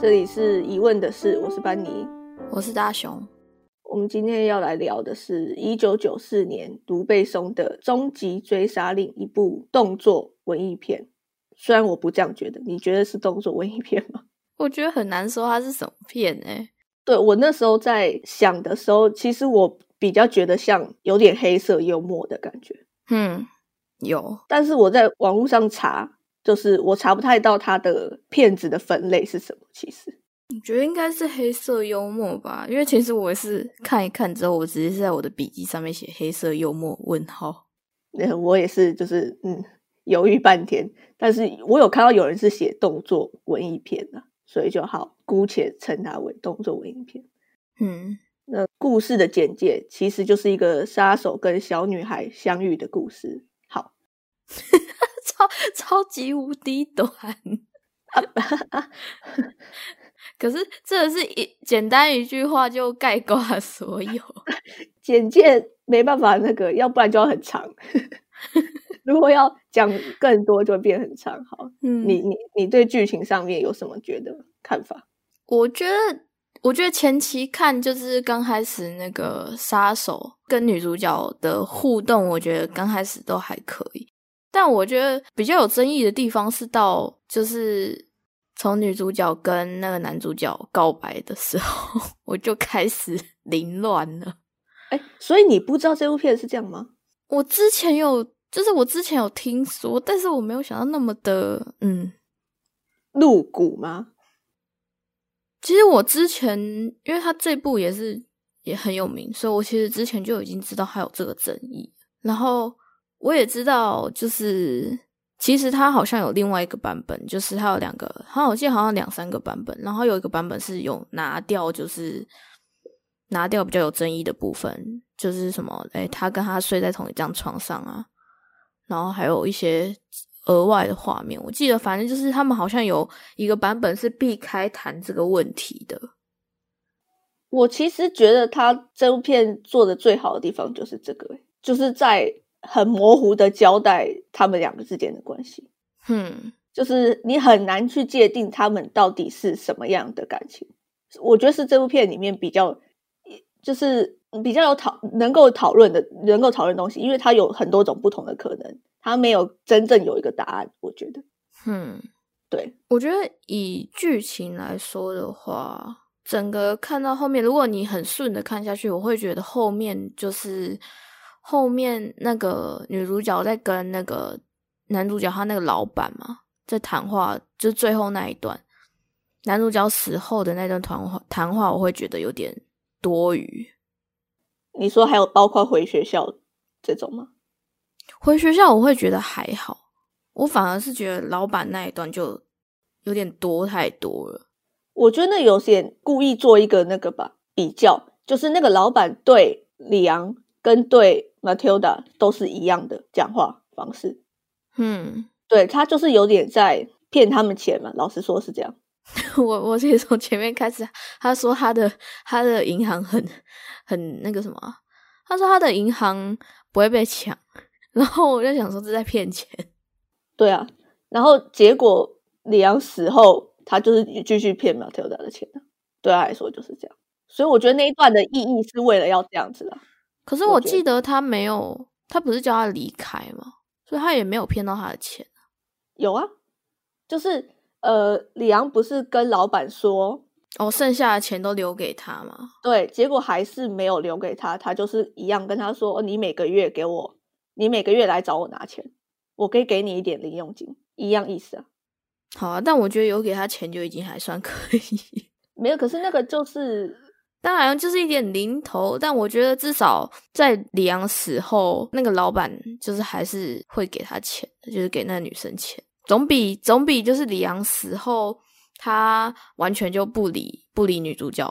这里是疑问的事，我是班尼。我是大雄。我们今天要来聊的是一九九四年卢贝松的《终极追杀令》一部动作文艺片。虽然我不这样觉得，你觉得是动作文艺片吗？ 我觉得很难说它是什么片哎、对我那时候在想的时候，其实我比较觉得像有点黑色幽默的感觉，嗯，有，但是我在网络上查，就是我查不太到它的片子的分类是什么。其实，我觉得应该是黑色幽默吧，因为其实我也是看一看之后，我直接是在我的笔记上面写黑色幽默问号。呃我也是就是嗯犹豫半天，但是我有看到有人是写动作文艺片的、所以就好姑且称它为动作文艺片。嗯，那故事的简介其实就是一个杀手跟小女孩相遇的故事。好， 超超级无敌短。 可是这是一简单一句话就概括了所 有。简介没办法那个，要不然就要很长。 如果要讲更多，就会变很长。好，嗯，你你你对剧情上面有什么觉得看法？我觉得，我觉得前期看就是刚开始那个杀手跟女主角的互动，我觉得刚开始都还可以，但我觉得比较有争议的地方是到就是从女主角跟那个男主角告白的时候， 我就开始 凌乱了。哎，所以你不知道这部片是这样吗？我之前有，就是我之前有听说，但是我没有想到那么的，嗯，露骨吗？其实我之前，因为他这部也是也很有名，所以我其实之前就已经知道还有这个争议，然后我也知道，就是其实他好像有另外一个版本，就是他有两个，好像我记得好像两三个版本，然后有一个版本是有拿掉，就是拿掉比较有争议的部分，就是什么，诶，他跟他睡在同一张床上啊，然后还有一些额外的画面。我记得，反正就是他们好像有一个版本是避开谈这个问题的。我其实觉得他这部片做的最好的地方就是这个，欸就是在很模糊的交代他们两个之间的关系，哼，就是你很难去界定他们到底是什么样的感情。我觉得是这部片里面比较，就是比较有讨能够讨论的，能够讨论的东西，因为它有很多种不同的可能，它没有真正有一个答案。我觉得，哼，对，嗯我觉得以剧情来说的话，整个看到后面，如果你很顺的看下去，我会觉得后面就是后面那个女主角在跟那个男主角他那个老板嘛，在谈话，就最后那一段，男主角死后的那段谈话，谈话我会觉得有点多余。你说还有包括回学校这种吗？回学校我会觉得还好，我反而是觉得老板那一段就有点多太多了。我觉得那有点故意做一个那个吧比较，就是那个老板对李昂跟对 Matilda 都是一样的讲话方式，嗯，对他就是有点在骗他们钱嘛。老实说，是这样。我我其实从前面开始，他说他的他的银行很很那个什么啊，他说他的银行不会被抢，然后我就想说这在骗钱。对啊，然后结果李阳死后，他就是继续骗 Matilda 的钱啊对他来说就是这样，所以我觉得那一段的意义是为了要这样子啦。可是我我觉记得他没有，他不是叫他离开吗？所以他也没有骗到他的钱。有啊，就是呃，李阳不是跟老板说，哦，剩下的钱都留给他嘛。对，结果还是没有留给他，他就是一样跟他说，哦你每个月给我，你每个月来找我拿钱，我可以给你一点零用金，一样意思啊。好啊，但我觉得有给他钱就已经还算可以。没有，可是那个就是当然就是一点零头，但我觉得至少在李阳死后，那个老板就是还是会给他钱的，就是给那个女生钱，总比总比就是李阳死后他完全就不理不理女主角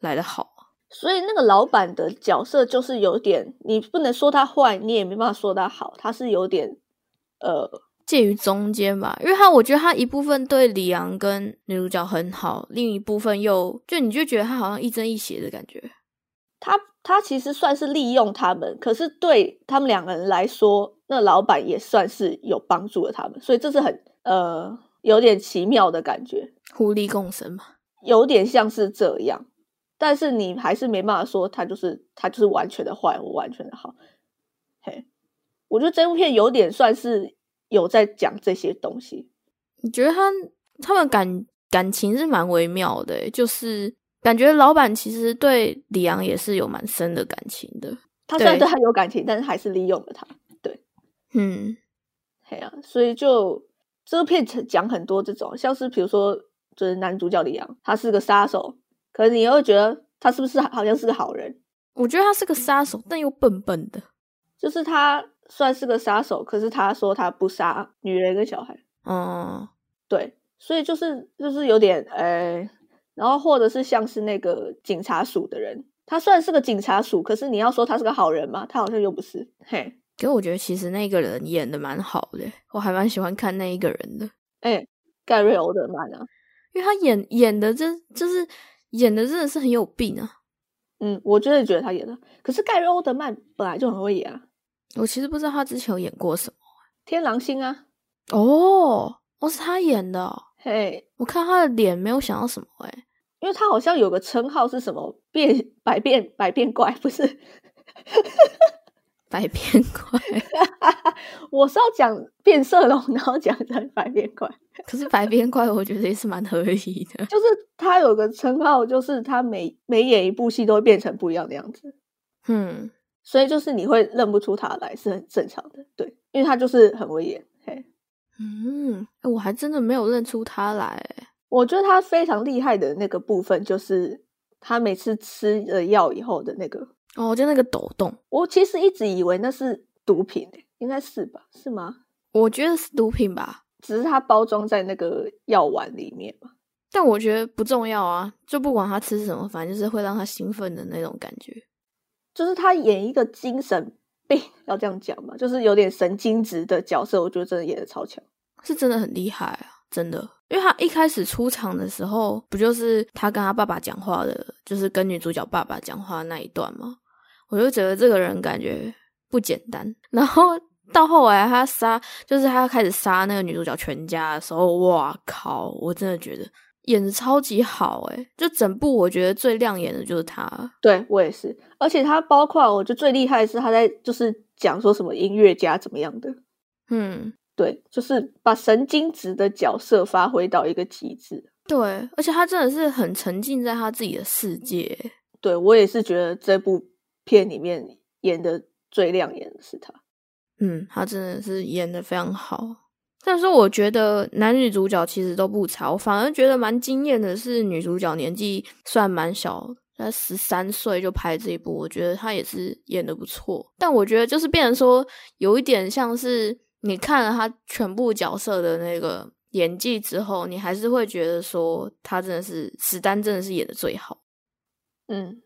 来的好。所以那个老板的角色就是有点，你不能说他坏，你也没办法说他好，他是有点，呃，介于中间吧，因为他我觉得他一部分对李阳跟女主角很好，另一部分又就你就觉得他好像一正一邪的感觉。他他其实算是利用他们，可是对他们两个人来说，那老板也算是有帮助了他们，所以这是很呃有点奇妙的感觉。互利共生嘛，有点像是这样，但是你还是没办法说它就是它就是完全的坏或完全的好。嘿，我觉得这部片有点算是有在讲这些东西。你觉得他他们感感情是蛮微妙的欸，就是感觉老板其实对李阳也是有蛮深的感情的。他虽然对对他有感情，但是还是利用了他。嗯，嘿啊，所以就这部片讲很多这种，像是比如说，就是男主角李阳，他是个杀手，可是你又会觉得他是不是好像是个好人？我觉得他是个杀手，但又笨笨的。就是他算是个杀手，可是他说他不杀女人跟小孩，嗯，对，所以就是就是有点呃，然后或者是像是那个警察署的人，他虽然是个警察署，可是你要说他是个好人吗？他好像又不是，嘿，可是我觉得其实那个人演的蛮好的欸，我还蛮喜欢看那一个人的，哎，盖瑞欧德曼啊，因为他演演的真就是演的真的是很有病啊。嗯，我真的觉得他演的，可是盖瑞欧德曼本来就很会演啊。我其实不知道他之前有演过什么。天狼星啊，哦，哦，是他演的哦、嘿，我看他的脸没有想到什么哎、因为他好像有个称号是什么变百变百变怪，不是？百 变怪，我是要讲变色龙，然后讲成百变怪，可是百变怪我觉得也是蛮合理 的。就是他有个称号，就是他每每演一部戏都会变成不一样的样子，嗯，所以就是你会认不出他来是很正常的，对，因为他就是很会演，嘿，嗯，哎我还真的没有认出他来欸。我觉得他非常厉害的那个部分就是他每次吃了药以后的那个，哦，就那个抖动，我其实一直以为那是毒品、欸，应该是吧？是吗？我觉得是毒品吧，只是它包装在那个药丸里面嘛。但我觉得不重要啊，就不管他吃什么，反正就是会让他兴奋的那种感觉。就是他演一个精神病，要这样讲嘛，就是有点神经质的角色，我觉得真的演的超强。是真的很厉害啊，真的。因为他一开始出场的时候，不就是他跟他爸爸讲话的，就是跟女主角爸爸讲话那一段吗？我就觉得这个人感觉不简单。然后到后来他杀，就是他开始杀那个女主角全家的时候，哇靠！我真的觉得演的超级好诶、就整部我觉得最亮眼的就是他。对我也是，而且他包括我觉得最厉害的是他在就是讲说什么音乐家怎么样的，嗯，对，就是把神经质的角色发挥到一个极致。对，而且他真的是很沉浸在他自己的世界欸、对我也是觉得这部片里面演的最亮眼的是他。嗯，他真的是演的非常好。但是我觉得男女主角其实都不差，我反而觉得蛮惊艳的是女主角年纪算蛮小，她十三岁就拍这一部，我觉得她也是演的不错。但我觉得就是变成说有一点像是你看了她全部角色的那个演技之后，你还是会觉得说她真的是史丹真的是演的最好。嗯，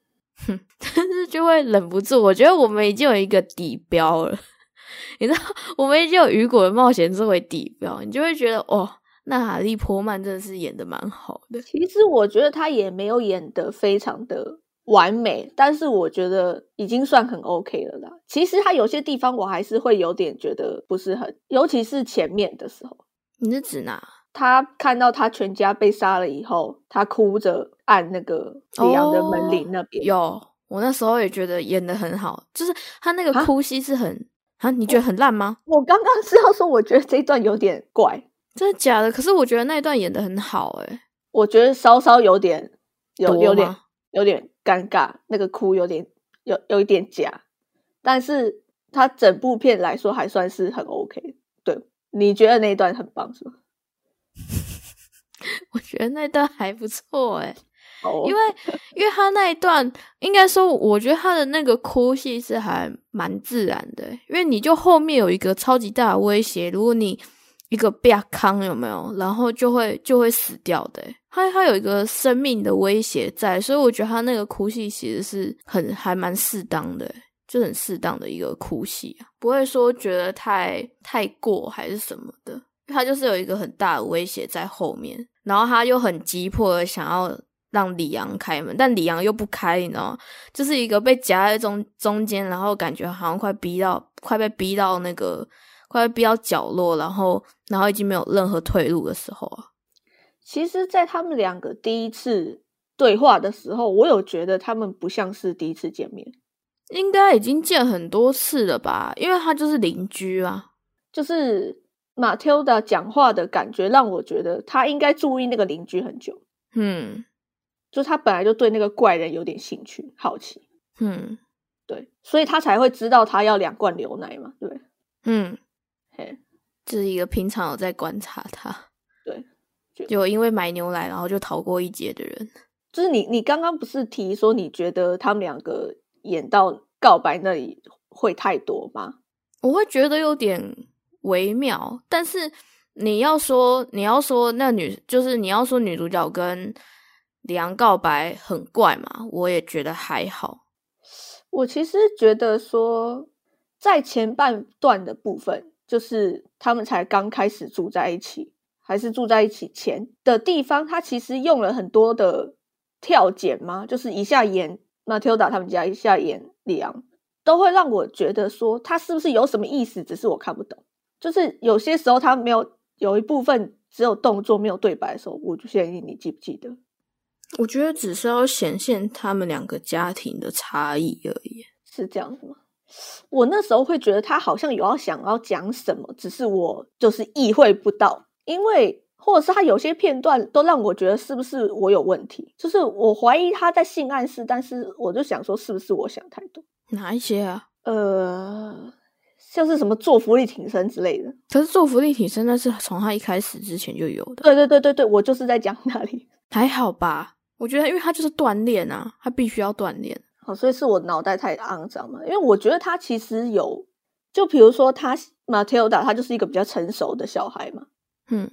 但是 就会忍不住。我觉得我们已经有一个底标了， 你知道， 我们已经有《雨果的冒险》作为底标，你就会觉得哦，那哈利波曼真的是演的蛮好的。其实我觉得他也没有演的非常的完美，但是我觉得已经算很 OK 了啦。其实他有些地方我还是会有点觉得不是很，尤其是前面的时候，你是指哪？他看到他全家被杀了以后，他哭着按那个里昂的门铃那边。有，我那时候也觉得演的很好，就是他那个啊哭戏是很啊，你觉得很烂吗？我刚刚是要说，我觉得这一段有点怪，真的假的？可是我觉得那一段演的很好、欸， 诶，我觉得稍稍有点有多有点吗有点尴尬，那个哭有点有有一点假，但是它整部片来说还算是很 OK。对，你觉得那一段很棒是吗？我觉得那一段还不错、欸，诶。哦因为因为他那一段，应该说，我觉得他的那个哭戏是还蛮自然的，欸因为你就后面有一个超级大的威胁，如果你一个啪康有没有，然后就会就会死掉的。欸他他有一个生命的威胁在，所以我觉得他那个哭戏其实是很还蛮适当的，就很适当的一个哭戏啊，不会说觉得太太过还是什么的。他就是有一个很大的威胁在后面，然后他又很急迫的想要让李阳开门，但李阳又不开，你知道吗？就是一个被夹在中中间，然后感觉好像快逼到，快被逼到那个，快被逼到角落，然后然后已经没有任何退路的时候啊。其实，在他们两个第一次对话的时候，我有觉得他们不像是第一次见面，应该已经见很多次了吧？因为他就是邻居啊。就是马 d 达讲话的感觉让我觉得他应该注意那个邻居很久，嗯就他本来就对那个怪人有点兴趣、好奇，嗯对，所以他才会知道他要两罐牛奶嘛，对不对，嗯，嘿，这是一个平常有在观察他，对，就有因为买牛奶然后就逃过一劫的人。就是你你刚刚不是提说你觉得他们两个演到告白那里会太多吗？我会觉得有点微妙，但是你要说你要说那女就是你要说女主角跟李昂告白很怪嘛，我也觉得还好。我其实觉得说，在前半段的部分，就是他们才刚开始住在一起，还是住在一起前的地方，他其实用了很多的跳剪嘛，就是一下演 Matilda 他们家，一下演里昂，都会让我觉得说他是不是有什么意思，只是我看不懂。就是有些时候他没有有一部分只有动作没有对白的时候，我就建议你记不记得？我觉得只是要显现他们两个家庭的差异而已。是这样子吗？我那时候会觉得他好像有要想要讲什么，只是我就是意会不到，因为或者是他有些片段都让我觉得是不是我有问题，就是我怀疑他在性暗示，但是我就想说是不是我想太多？哪一些啊？呃，像是什么做福利挺身之类的。可是做福利挺身那是从他一开始之前就有的，对对对对对，我就是在讲那里。还好吧？我觉得因为他就是锻炼啊，他必须要锻炼。好，所以是我脑袋太肮脏嘛？因为我觉得他其实有，就比如说他 Matilda，他就是一个比较成熟的小孩嘛。嗯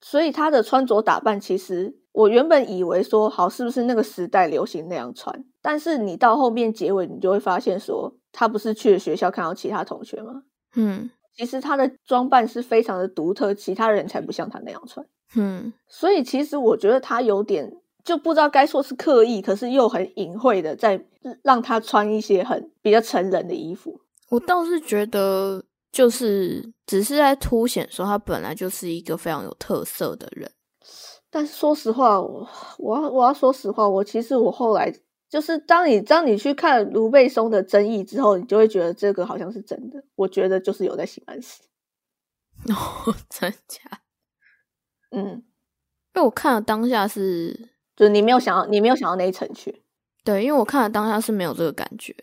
所以他的穿着打扮，其实我原本以为说好是不是那个时代流行那样穿，但是你到后面结尾，你就会发现说他不是去了学校看到其他同学吗？嗯其实他的装扮是非常的独特，其他人才不像他那样穿。嗯所以其实我觉得他有点就不知道该说是刻意，可是又很隐晦的在让他穿一些很比较成人的衣服。我倒是觉得，就是只是在凸显说他本来就是一个非常有特色的人。 但是说实话，我我要我要说实话，我其实我后来就是当你当你去看卢贝松的争议之后，你就会觉得这个好像是真的。我觉得就是有在性暗示。哦，真假？嗯，因为我看了当下是，就是你没有想要，你没有想要那一层去，对，因为我看了当下是没有这个感觉的。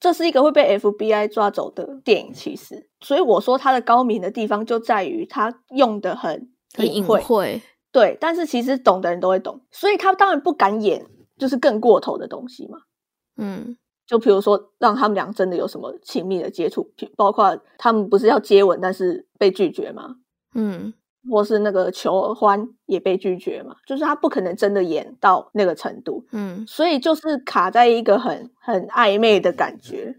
这是一个会被 FBI 抓走的电影，其实，所以我说它的高明的地方就在于它用的很很隐晦，晦，对，但是其实懂的人都会懂，所以他当然不敢演就是更过头的东西嘛。嗯就比如说让他们俩真的有什么亲密的接触，譬包括他们不是要接吻，但是被拒绝嘛，嗯，或是那个求欢也被拒绝嘛，就是他不可能真的演到那个程度，嗯，所以就是卡在一个很很暧昧的感觉，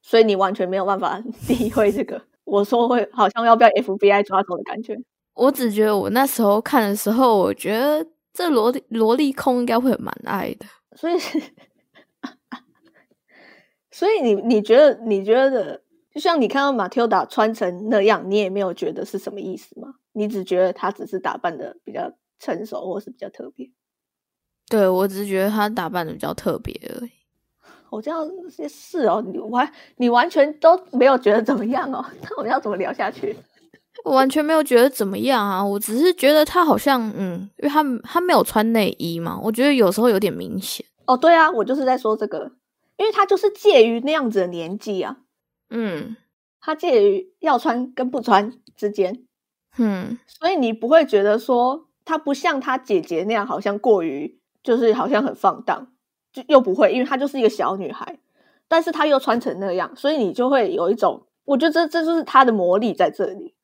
所以你完全没有办法 体会这个。我说会好像要不要 FBI 抓走的感觉，我只觉得我那时候看的时候，我觉得这萝莉萝莉控应该会蛮爱的。所以是， 所以你你觉得你觉得，就像你看到马 d 达穿成那样，你也没有觉得是什么意思吗？你只觉得她只是打扮的比较成熟，或是比较特别。对我只是觉得她打扮的比较特别而已。我、哦这样是哦，你完你完全都没有觉得怎么样哦， 那我们要怎么聊下去？我完全没有觉得怎么样啊，我只是觉得她好像，嗯，因为她她没有穿内衣嘛，我觉得有时候有点明显，哦，对啊，我就是在说这个，因为她就是介于那样子的年纪啊，嗯她介于要穿跟不穿之间。嗯，所以你不会觉得说他不像他姐姐那样，好像过于就是好像很放荡，就又不会，因为她就是一个小女孩，但是她又穿成那样，所以你就会有一种，我觉得这这就是她的魔力在这里。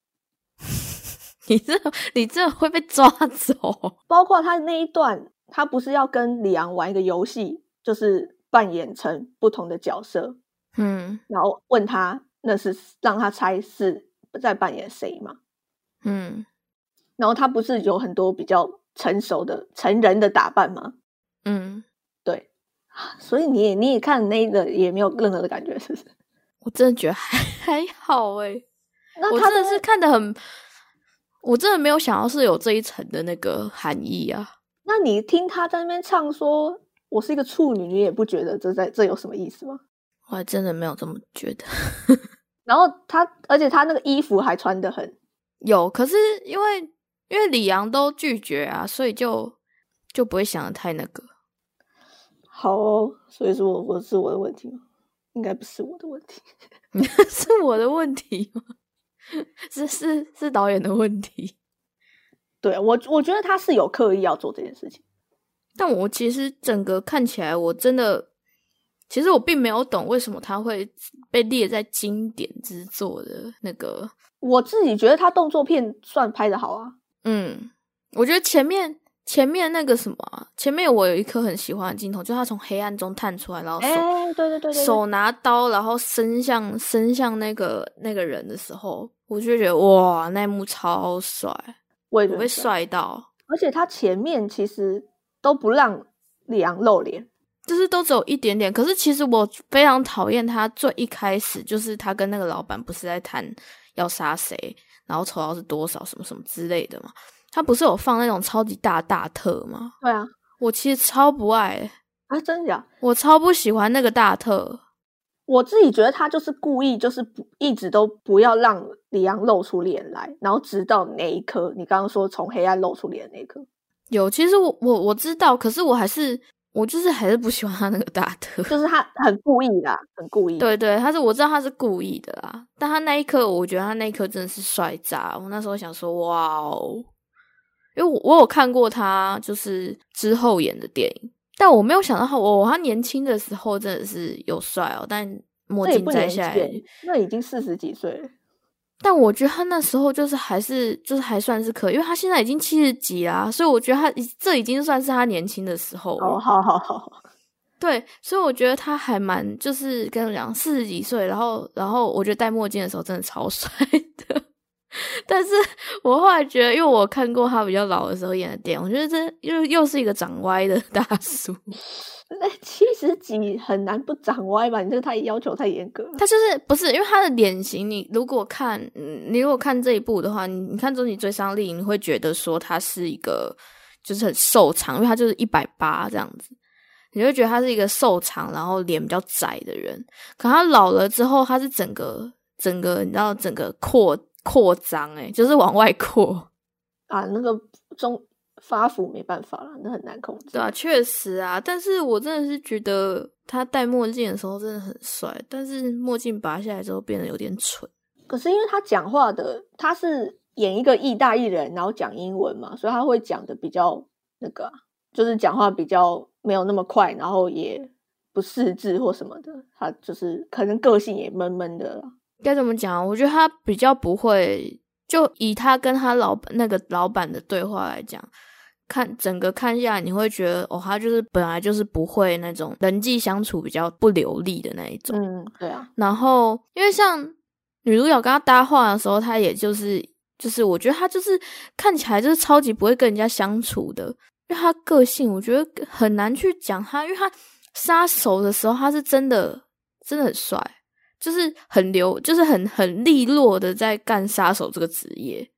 你这你这会被抓走，包括她那一段，她不是要跟李昂玩一个游戏，就是扮演成不同的角色，嗯然后问他那是让他猜是在扮演谁嘛？嗯然后她不是有很多比较成熟的成人的打扮吗？嗯，对，所以你也你也看那个也没有任何的感觉，是不是？ 我真的觉得还还好诶、欸那我他真的是看的很，我真的没有想到是有这一层的那个含义啊。那你听他在那边唱说“我是一个处女”，你也不觉得这在这有什么意思吗？我还真的没有这么觉得。 然后他，而且他那个衣服还穿的很，有，可是因为因为李阳都拒绝啊，所以就就不会想的太那个。 好哦，所以说我我是我的问题吗？应该不是我的问题，是我的问题吗？ 是是是导演的问题。对我我觉得他是有刻意要做这件事情，但我其实整个看起来，我真的其实我并没有懂为什么他会被列在经典之作的那个。我自己觉得他动作片算拍的好啊，嗯，我觉得前面前面那个什么啊，前面我有一颗很喜欢的镜头，就他从黑暗中探出来，然后手、哎、对对对对对，手拿刀，然后伸向伸向那个那个人的时候，我就觉得哇，那一幕超帅，我也觉我得被帅，帅到，而且他前面其实都不让李阳露脸，就是都只有一点点。可是其实我非常讨厌他最一开始，就是他跟那个老板不是在谈要杀谁，然后酬劳是多少，什么什么之类的嘛。他不是有放那种超级大大特吗？对啊，我其实超不爱、啊真的假的？我超不喜欢那个大特。我自己觉得他就是故意，就是不一直都不要让李阳露出脸来，然后直到那一刻，你刚刚说从黑暗露出脸的那一刻，有，其实我我我知道，可是我还是我就是还是不喜欢他那个大特。就是他很故意啦，很故意。，对对，他是我知道他是故意的啦，但他那一刻，我觉得他那一刻真的是帅炸。我那时候想说，哇哦，因为我我有看过他就是之后演的电影，但我没有想到他，我他年轻的时候真的是有帅哦，但墨那也镜不摘年下来，轻，那已经四十几岁了。但我觉得他那时候就是还是就是还算是可以，因为他现在已经七十几啦，所以我觉得他已这已经算是他年轻的时候了。哦，好好好好， 对，所以我觉得他还蛮就是跟我讲四十几岁，然后然后我觉得戴墨镜的时候真的超 帅的。但是我后来觉得，因为我看过他比较老的时候演的电影，我觉得这又又是一个长歪的 大叔，那七十几很难不长歪吧？你这太要求太严格了。他就是不是因为他的脸型，你如果看，嗯你如果看这一部的话，你你看《终极追伤令》，你会觉得说他是一个就是很瘦长，因为他就是一百八这样子，你会觉得他是一个瘦长，然后脸比较窄的人。可他老了之后，他是整个整个你知道整个扩扩张，诶，就是往外扩。啊，那个中发福没办法了，那很难控制。对啊，确实啊，但是我真的是觉得他戴墨镜的时候真的很帅，但是墨镜拔下来之后变得有点蠢。可是因为他讲话的，他是演一个意大利人，然后讲英文嘛，所以他会讲的比较那个啊，就是讲话比较没有那么快，然后也不识字或什么的。他就是可能个性也闷闷的啦。该怎么讲啊？我觉得他比较不会，就以他跟他老板那个老板的对话来讲，看整个看下来，你会觉得哦，他就是本来就是不会那种人际相处比较不流利的那一种。嗯，对啊，然后，因为像女主角跟他搭话的时候，他也就是就是，我觉得他就是看起来就是超级不会跟人家相处的，因为他个性，我觉得很难去讲他，因为他杀手的时候，他是真的真的很帅，就是很流，就是很很利落的在干杀手这个职业。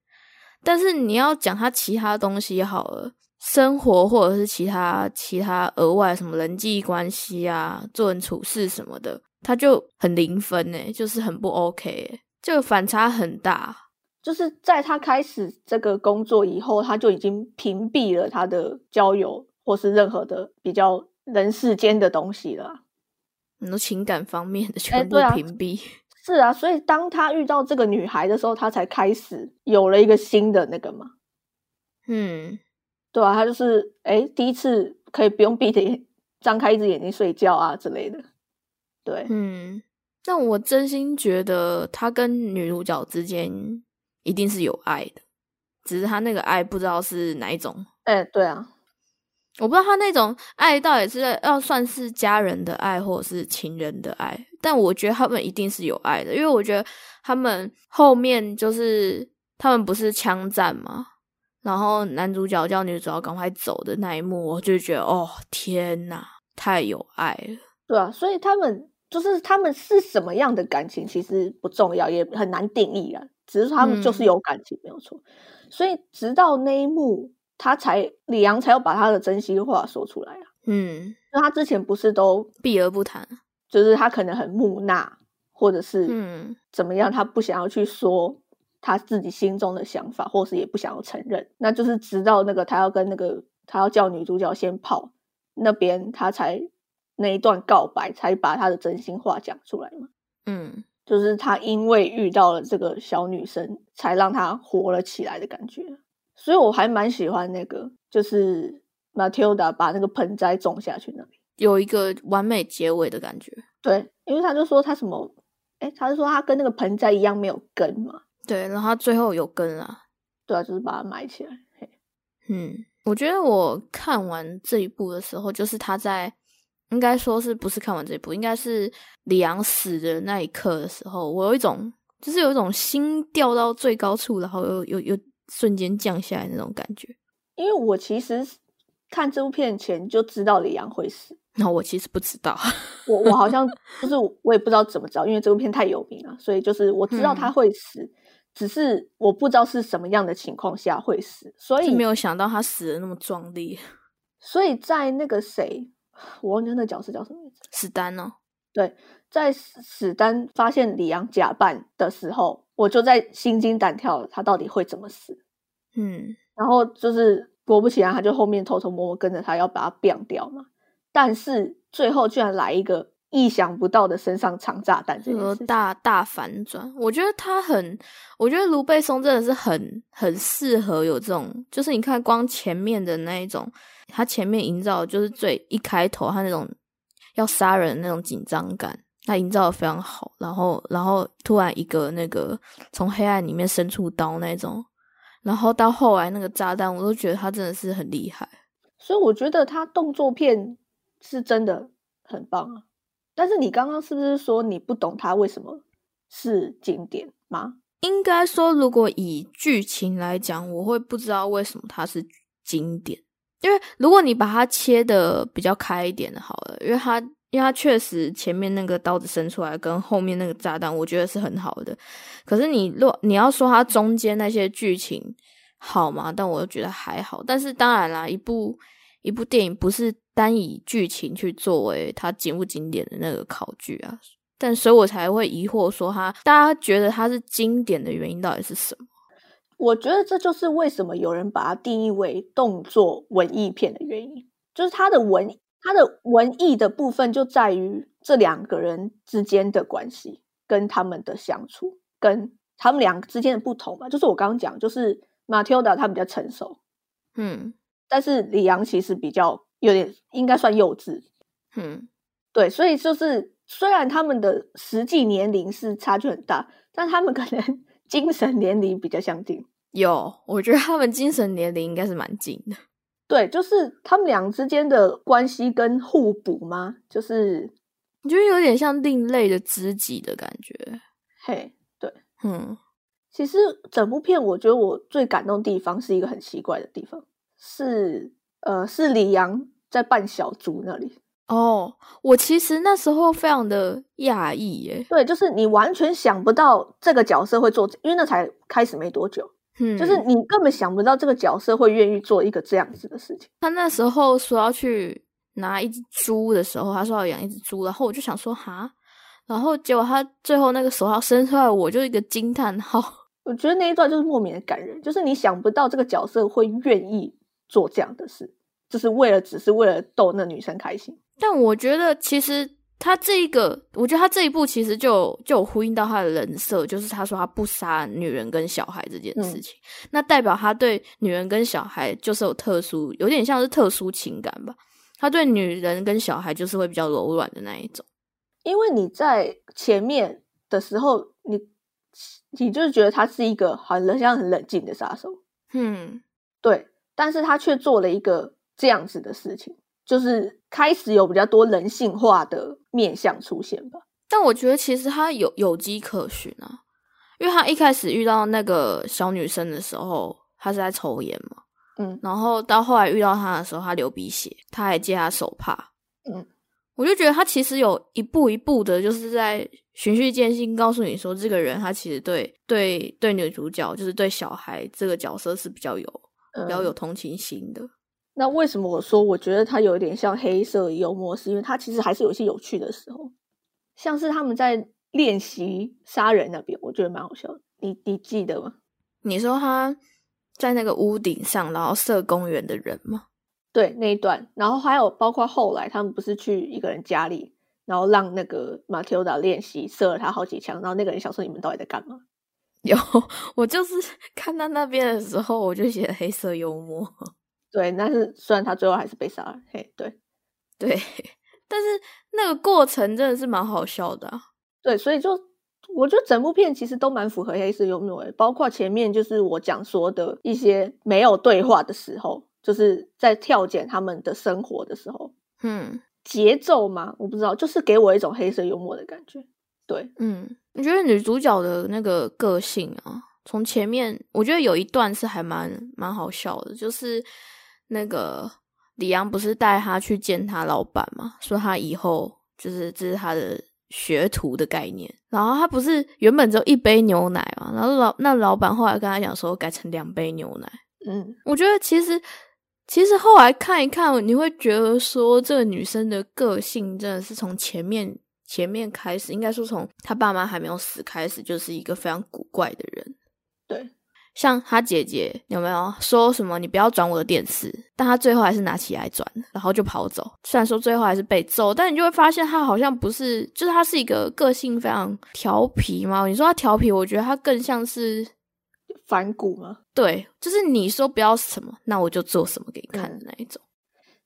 但是你要讲他其他东西好了，生活或者是其他其他额外什么人际关系啊、做人处事什么的，他就很零分呢、就是很不 OK，、欸、这个反差很大。就是在他开始这个工作以后，他就已经屏蔽了他的交友或是任何的比较人世间的东西了啊。很多情感方面的 哎全部对啊屏蔽，是啊，所以当他遇到这个女孩的时候，他才开始有了一个新的那个嘛。嗯，对啊，他就是哎，第一次可以不用闭着眼，张开一只眼睛睡觉啊之类的。对，嗯，但我真心觉得他跟女主角之间一定是有爱的，只是他那个爱不知道是哪一种。哎，对啊，我不知道他那种爱到底是要算是家人的爱，或者是情人的爱，但我觉得他们一定是有爱的，因为我觉得他们后面就是他们不是枪战嘛，然后男主角叫女主角赶快走的那一幕，我就觉得哦天呐，太有爱了。对啊，所以他们就是他们是什么样的感情，其实不重要，也很难定义啊。只是他们就是有感情、没有错。所以直到那一幕，他才李阳才要把他的真心话说出来啊。嗯，就他之前不是都避而不谈，就是他可能很木讷，或者是嗯怎么样，他不想要去说他自己心中的想法，或是也不想要承认。那就是直到那个他要跟那个他要叫女主角先跑那边，他才那一段告白才把他的真心话讲出来嘛。嗯就是他因为遇到了这个小女生，才让他活了起来的感觉。所以我还蛮喜欢那个，就是 Matilda 把那个盆栽种下去那里。有一个完美结尾的感觉。对，因为他就说他什么，哎，他就说他跟那个盆栽一样没有根嘛，对，然后他最后有跟啦。对啊，就是把它埋起来。嘿嗯，我觉得我看完这一部的时候，就是他在应该说是不是看完这一部，应该是李阳死的那一刻的时候，我有一种就是有一种心掉到最高处，然后又又又瞬间降下来那种感觉。因为我其实是看这部片前就知道李阳会死，那我其实不知道， 我我好像就是我也不知道怎么知道，因为这部片太有名了，所以就是我知道他嗯会死，只是我不知道是什么样的情况下会死，所就以没有想到他死的那么壮烈。所以在那个谁，我忘记那个角色叫什么名字，史丹哦，在史史丹发现李阳假扮的时候，我就在心惊胆跳，他到底会怎么死？嗯然后就是果不其然，他就后面偷偷摸摸跟着他，要把他变掉嘛。但是最后居然来一个意想不到的身上藏炸弹这这件个事情，大大反转，我觉得他很，我觉得卢贝松真的是很很适合有这种，就是你看光前面的那一种，他前面营造的就是最一开头他那种要杀人的那种紧张感，他营造的非常好，然后然后突然一个那个从黑暗里面伸出刀那种，然后到后来那个炸弹，我都觉得他真的是很厉害，所以我觉得他动作片是真的很棒啊。但是你刚刚是不是说你不懂他为什么是经典吗？应该说，如果以剧情来讲，我会不知道为什么它是经典，因为如果你把它切的比较开一点的好了，因为它因为它确实前面那个刀子伸出来跟后面那个炸弹，我觉得是很好的。可是你若你要说它中间那些剧情好吗？但我又觉得还好。但是当然啦，一部一部电影不是单以剧情去作为它经不经典的那个考据啊，但所以我才会疑惑说他，大家觉得它是经典的原因到底是什么？我觉得这就是为什么有人把它定义为动作文艺片的原因，就是它的文它的文艺的部分就在于这两个人之间的关系，跟他们的相处，跟他们两个之间的不同嘛。就是我刚刚讲，就是马 d 达他比较成熟，嗯但是李阳其实比较有点应该算幼稚，嗯对，所以就是虽然他们的实际年龄是差距很大，但他们可能 精神年龄比较相近。有，我觉得他们精神年龄应该是蛮近的。对，就是他们俩之间的关系跟互补吗？就是我觉得有点像另类的知己的感觉。嘿，对。嗯其实整部片，我觉得我最感动的地方是一个很奇怪的地方，是呃，是李阳在扮小猪那里。哦，我其实那时候非常的讶异耶。对，就是你完全想不到这个角色会做，因为那才开始没多久，嗯，就是你根本想不到这个角色会愿意做一个这样子的事情。他那时候说要去拿一只猪的时候，他说要养一只猪，然后我就想说哈，然后结果他最后那个手套伸出来，我就一个惊叹号。我觉得那一段就是莫名的感人，就是你想不到这个角色会愿意做这样的事，就是为了只是为了逗那女生开心。但我觉得其实他这一个，我觉得他这一步其实就有就有呼应到他的人设，就是他说他不杀女人跟小孩这件事情，那代表他对女人跟小孩就是有特殊，有点像是特殊情感吧。他对女人跟小孩就是会比较柔软的那一种。因为你在前面的时候，你你就是觉得他是一个很冷像很冷静的杀手，嗯，对，但是他却做了一个这样子的事情，就是开始有比较多人性化的面相出现吧。但我觉得其实他有有迹可循啊，因为他一开始遇到那个小女生的时候，他是在抽烟嘛。嗯，然后到后来遇到他的时候，他流鼻血，他还借他手帕。嗯，我就觉得他其实有一步一步的，就是在循序渐进告诉你说，这个人他其实对对对女主角，就是对小孩这个角色是比较有比较有嗯同情心的。那为什么我说我觉得它有一点像黑色幽默？是因为它其实还是有一些有趣的时候，像是他们在练习杀人那边，我觉得蛮好笑的。你你记得吗？你说他在那个屋顶上，然后射公园的人吗？ 对那一段，然后还有包括后来他们不是去一个人家里，然后让那个马 d 达练习射了他好几枪，然后那个人想说你们到底在干嘛？有，我就是 看到那边的时候，我就写黑色幽默。对，但是虽然他最后还是被杀了，嘿，对对， 但是那个过程真的是蛮好笑的啊、对，所以就我觉得整部片其实都蛮符合黑色幽默的，包括前面就是我讲说的一些没有对话的时候，就是在跳剪他们的生活的时候，嗯节奏嘛，我不知道，就是给我一种黑色幽默的感觉。对，嗯，我觉得女主角的那个个性啊，从前面我觉得有一段是还蛮蛮好笑的，就是那个李阳不是带她去见他老板嘛，说他以后就是这是他的学徒的概念。然后他不是原本只有一杯牛奶嘛，然后老那老板后来跟他讲说改成两杯牛奶。嗯，我觉得其实其实后来看一看，你会觉得说这个女生的个性真的是从前面前面开始，应该说从她爸妈还没有死开始，就是一个非常古怪的人。对，像她姐姐有没有说什么你不要转我的电视？但她最后还是拿起来转，然后就跑走。虽然说最后还是被揍，但你就会发现她好像不是，就是她是一个个性非常调皮嘛。你说她调皮，我觉得她更像是反骨嘛，对，就是你说不要什么，那我就做什么给你看的那一种。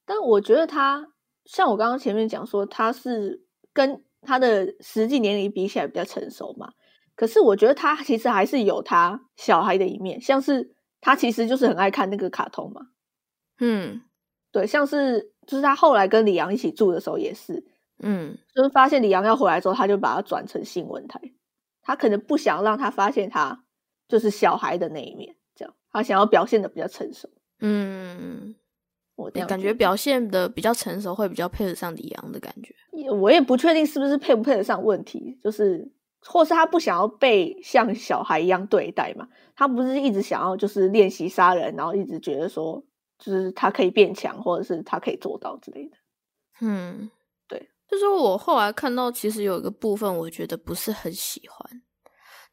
但我觉得他像我刚刚前面讲说，他是跟他的实际年龄比起来比较成熟嘛。可是我觉得他其实还是有他小孩的一面，像是他其实就是很爱看那个卡通嘛。嗯对，像是就是他后来跟李阳一起住的时候也是，嗯就是发现李阳要回来之后，他就把它转成新闻台。他可能不想让他发现他就是小孩的那一面，这样他想要表现的比较成熟。嗯，我这你样感觉觉得表现的比较成熟，会比较配得上李阳的感觉。也我也不确定是不是配不配得上问题，就是或是他不想要被像小孩一样对待嘛？他不是一直想要就是练习杀人，然后一直觉得说就是他可以变强，或者是他可以做到之类的。嗯，对，就是我后来看到，其实有一个部分我觉得不是很喜欢，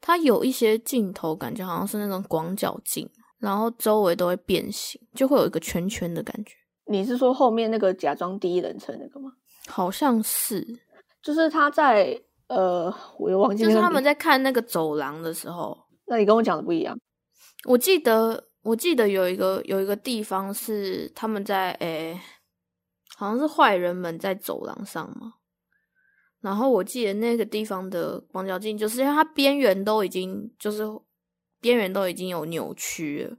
它有一些镜头感觉好像是那种广角镜，然后周围都会变形，就会有一个圈圈的感觉，你是说后面那个假装第一人称那个吗？好像是，就是他在呃，我又忘记就那是个他们名，在看那个走廊的时候，那你跟我讲的不一样。我记得，我记得有一个有一个地方是他们在诶、好像是坏人们在走廊上嘛。然后我记得那个地方的广角镜，就是因为它边缘都已经就是边缘都已经有扭曲了，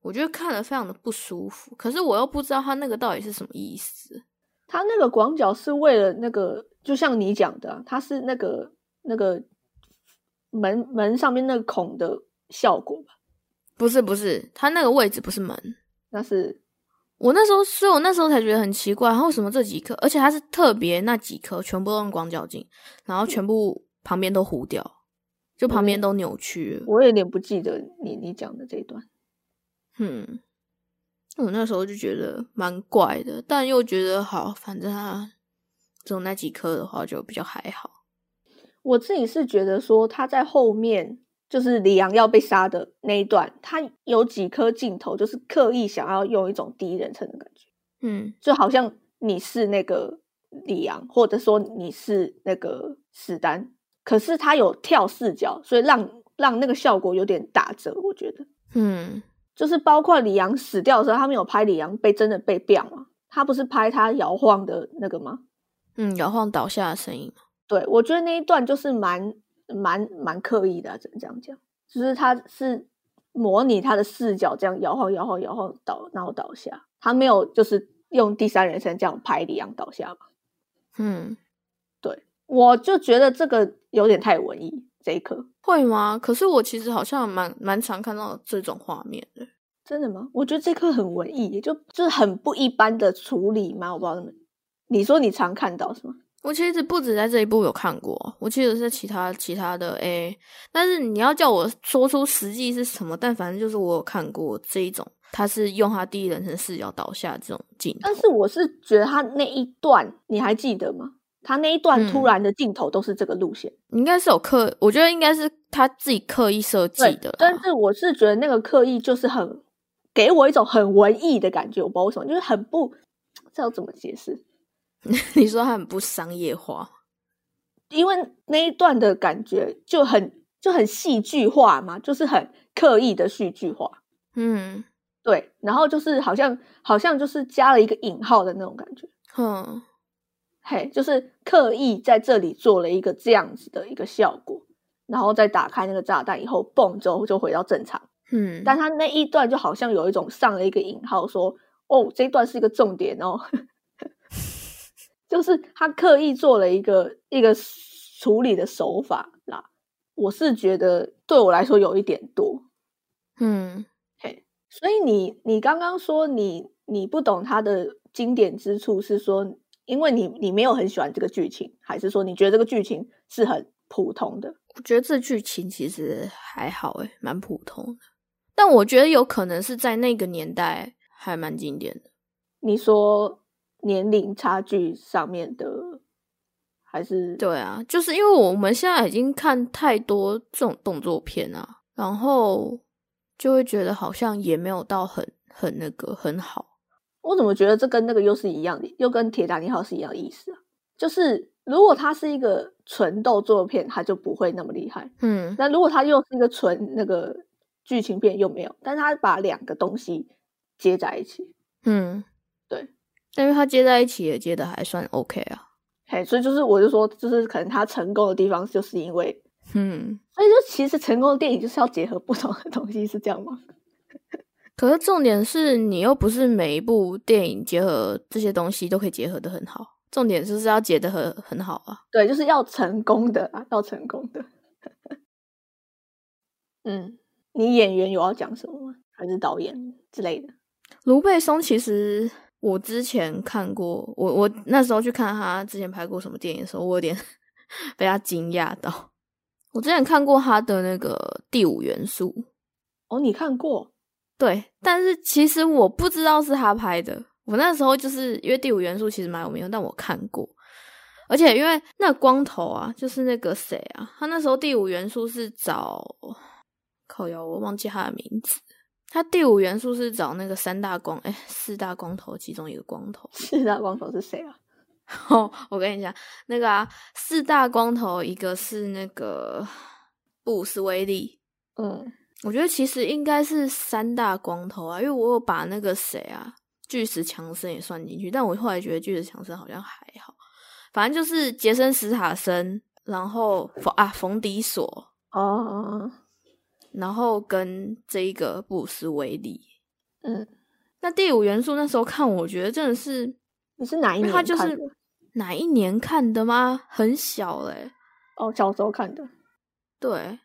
我觉得看了非常的不舒服。可是我又不知道它那个到底是什么意思。他那个广角是为了那个，就像你讲的啊、它是那个那个门门上面那个孔的效果吧？不是不是，它那个位置不是门，那是我那时候，所以我那时候才觉得很奇怪，它为什么这几颗，而且它是特别那几颗全部都用广角镜，然后全部旁边都糊掉，就旁边都扭曲了。我有点不记得你你讲的这一段。嗯，我那时候就觉得蛮怪的，但又觉得好，反正它只有那几颗的话就比较还好。我自己是觉得说他在后面就是李阳要被杀的那一段，他有几颗镜头就是刻意想要用一种第一人称的感觉，嗯就好像你是那个李阳，或者说你是那个史丹，可是他有跳视角，所以让让那个效果有点打折，我觉得。嗯就是包括李阳死掉的时候，他没有拍李阳被真的被变嘛，他不是拍他摇晃的那个吗？嗯，摇晃倒下的声音。对，我觉得那一段就是蛮蛮蛮刻意的啊、只能这样讲，就是他是模拟他的视角这样摇晃摇晃摇晃倒，然后倒下，他没有就是用第三人称这样拍李阳倒下嘛。嗯，我就觉得这个有点太文艺这一刻，会吗？可是我其实好像蛮蛮常看到这种画面的。真的吗？我觉得这刻很文艺，也就就是很不一般的处理嘛，我不知道怎么你说你常看到是吗？我其实不止在这一部有看过，我记得是其他其他的诶、但是你要叫我说出实际是什么，但反正就是我有看过这一种，他是用他第一人称视角倒下这种镜头但。是我是觉得他那一段你还记得吗？他那一段突嗯然的镜头都是这个路线，应该是有刻，我觉得应该是他自己刻意设计对的啦。 但是我是觉得那个刻意就是很给我一种很文艺的感觉，我不知道为什么，就是很不这要怎么解释？你说他很不商业化，因为那一段的感觉就很就很戏剧化嘛，就是很刻意的戏剧化。嗯对，然后就是好像好像就是加了一个引号的那种感觉，哼，嘿，就是刻意在这里做了一个这样子的一个效果，然后再打开那个炸弹以后，嘣之后就回到正常。嗯，但他那一段就好像有一种上了一个引号说，哦，这一段是一个重点哦， 就是他刻意做了一个一个处理的手法啦。我是觉得对我来说有一点多，嗯，所以你你刚刚说你你不懂它的经典之处是说，因为你你没有很喜欢这个剧情，还是说你觉得这个剧情是很普通的？我觉得这剧情其实还好诶、蛮普通的。但我觉得有可能是在那个年代还蛮经典的。你说年龄差距上面的，还是对啊，就是因为我们现在已经看太多这种动作片啊，然后就会觉得好像也没有到很很那个很好。我怎么觉得这跟那个又是一样的，又跟《铁达尼号》是一样的意思啊？就是如果它是一个纯动作片，它就不会那么厉害；嗯那如果它又是一个纯那个剧情片，又没有。但是它把两个东西接在一起，嗯，对。但是他接在一起也接的还算 OK 啊。嘿，所以就是我就说，就是可能它成功的地方，就是因为，嗯。所以就其实成功的电影就是要结合不同的东西，是这样吗？ 可是重点是你又不是每一部电影结合这些东西都可以结合的很好，重点就是要结得很很好啊。对，就是要成功的啊，要成功的。 嗯，你演员有要讲什么吗？还是导演之类的？卢贝松其实我之前看过，我我那时候去看他之前拍过什么电影的时候，我有点 被他惊讶到。我之前看过他的那个《第五元素》，哦，你看过？ 对，但是其实我不知道是他拍的。我那时候就是因为《第五元素》其实蛮有名的，但我看过，而且因为那光头啊，就是那个谁啊，他那时候《第五元素》是找，靠腰我忘记他的名字。他《第五元素》是找那个三大光，哎，四大光头其中一个光头。 四大光头是谁啊？哦，我跟你讲，那个啊，四大光头一个是那个布鲁斯威利，嗯，我觉得其实应该是三大光头啊，因为我有把那个谁啊，巨石强森也算进去，但我后来觉得巨石强森好像还好，反正就是杰森·斯塔森，然后冯啊冯迪索，哦，然后跟这一个布鲁斯·威利。嗯，那第五元素那时候看，我觉得真的是，你是哪一因为年他看的？就是哪一年看的吗？很小嘞、哦，小时候看的。对，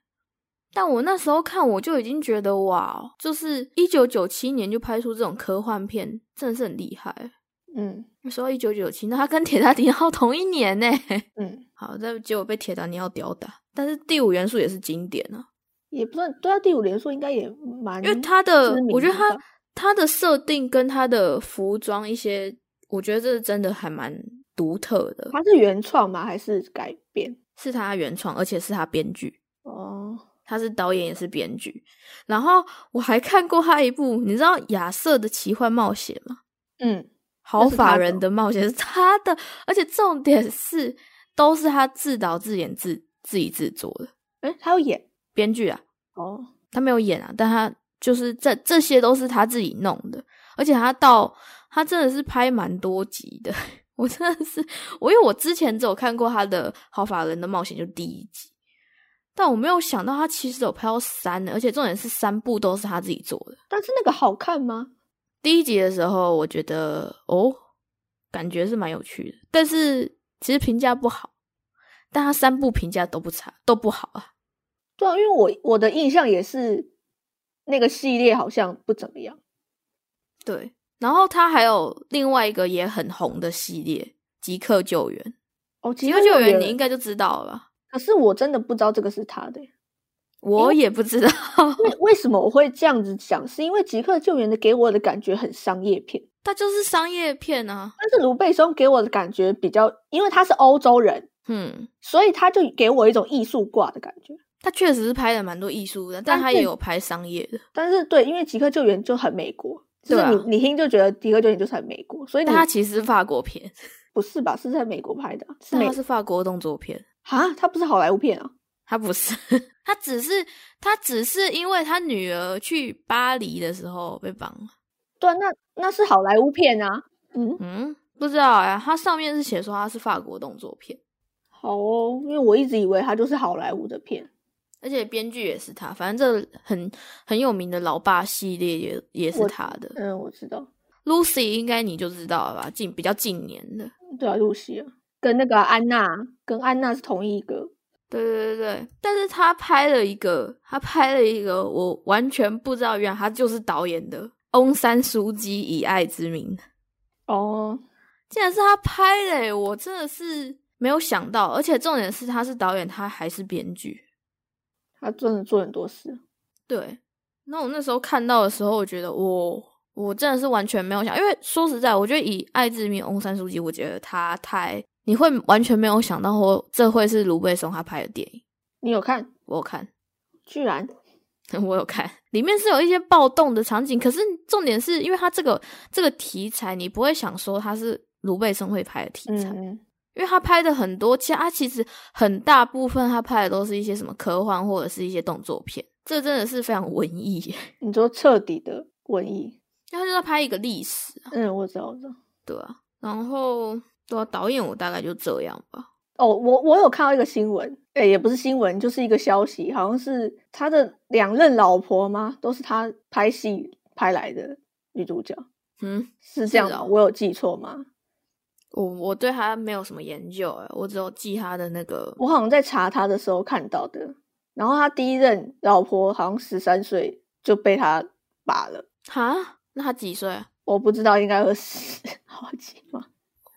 但我那时候看，我就已经觉得哇，哦就是一九九七年就拍出这种科幻片，真的是很厉害。嗯那时候一九九七，那他跟《铁达尼号》同一年呢。 嗯，好，但结果被《铁达尼号》吊打。但是第五元素也是经典啊，也不算对啊，第五连说应该也蛮，因为他的知，名我觉得嗯的他吧他的设定跟他的服装一些，我觉得这是真的还蛮独特的，他是原创吗？还是改编？是他原创，而且是他编剧。哦，他是导演也是编剧，然后我还看过他一部，你知道《亚瑟的奇幻冒险》吗？嗯，好法那是他的人的冒险是他的，而且重点是都是他自导自演自自己制作的哎，他有演编剧啊，哦，他没有演啊，但他就是这这些都是他自己弄的，而且他到他真的是拍蛮多集的， 我真的是我因为我之前只有看过他的《好法人的冒险》就第一集，但我没有想到他其实有拍到三的，而且重点是三部都是他自己做的。但是那个好看吗？第一集的时候，我觉得哦，感觉是蛮有趣的，但是其实评价不好，但他三部评价都不差，都不好啊。对啊，因为我我的印象也是那个系列好像不怎么样。对，然后他还有另外一个也很红的系列即刻救援，哦，即极刻客救援你援应该就知道了吧？可是我真的不知道这个是他的耶。我也不知道，为为什么我会这样子想？是因为《极客救援》的给我的感觉很商业片， 它就是商业片啊。但是卢贝松给我的感觉比较，因为他是欧洲人，嗯，所以他就给我一种艺术挂的感觉。它确实是拍了蛮多艺术的，但但它也是有拍商业的，但是对，因为《极客救援》就很美国，就对是啊你、你听就觉得《极客救援》就是很美国，所以你但它其实是法国片，不是吧？是在美国拍的啊，是但美它是法国动作片。啊？他不是好莱坞片啊？他不 是，他只是他只是因为他女儿去巴黎的时候被绑了。对啊，那那是好莱坞片啊。嗯，嗯，不知道哎、他上面是写说他是法国动作片，好哦，因为我一直以为他就是好莱坞的片。而且编剧也是他，反正这很很有名的老爸系列也也是我他的。嗯，我知道， Lucy 应该你就知道了吧？近比较近年的，对啊，露西啊，跟那个安娜，跟安娜是同一个。对对对对。但是他拍了一个，他拍了一个我完全不知道，原来他就是导演的《翁山书记以爱之名》。哦，竟然是他拍的欸，我真的是没有想到。而且重点是他是导演，他还是编剧。他真的做很多事。对，那我那时候看到的时候，我觉得我我真的是完全没有想，因为说实在，我觉得以爱之名翁山书记，我觉得他太你会完全没有想到，我这会是卢贝松他拍的电影。你有看？我有看， 居然我有看，里面是有一些暴动的场景，可是重点是因为他这个这个题材，你不会想说他是卢贝松会拍的题材。嗯，嗯因为他拍的很多，其实他其实很大部分他拍的都是一些什么科幻或者是一些动作片，这真的是非常文艺 耶。你说彻底的文艺。因为他就在拍一个历史啊，嗯，我知道，我知道。对啊，然后对啊，导演我大概就这样吧。哦，我我有看到一个新闻，哎，也不是新闻，就是一个消息，好像是他的两任老婆吗？都是他拍戏拍来的女主角，嗯，是啊这样是吗？哦我有记错吗？我我对他没有什么研究哎，我只有记他的那个我好像在查他的时候看到的。然后他第一任老婆好像十三岁就被他拔了，哈，那他几岁啊？我不知道应该二十 好几吗？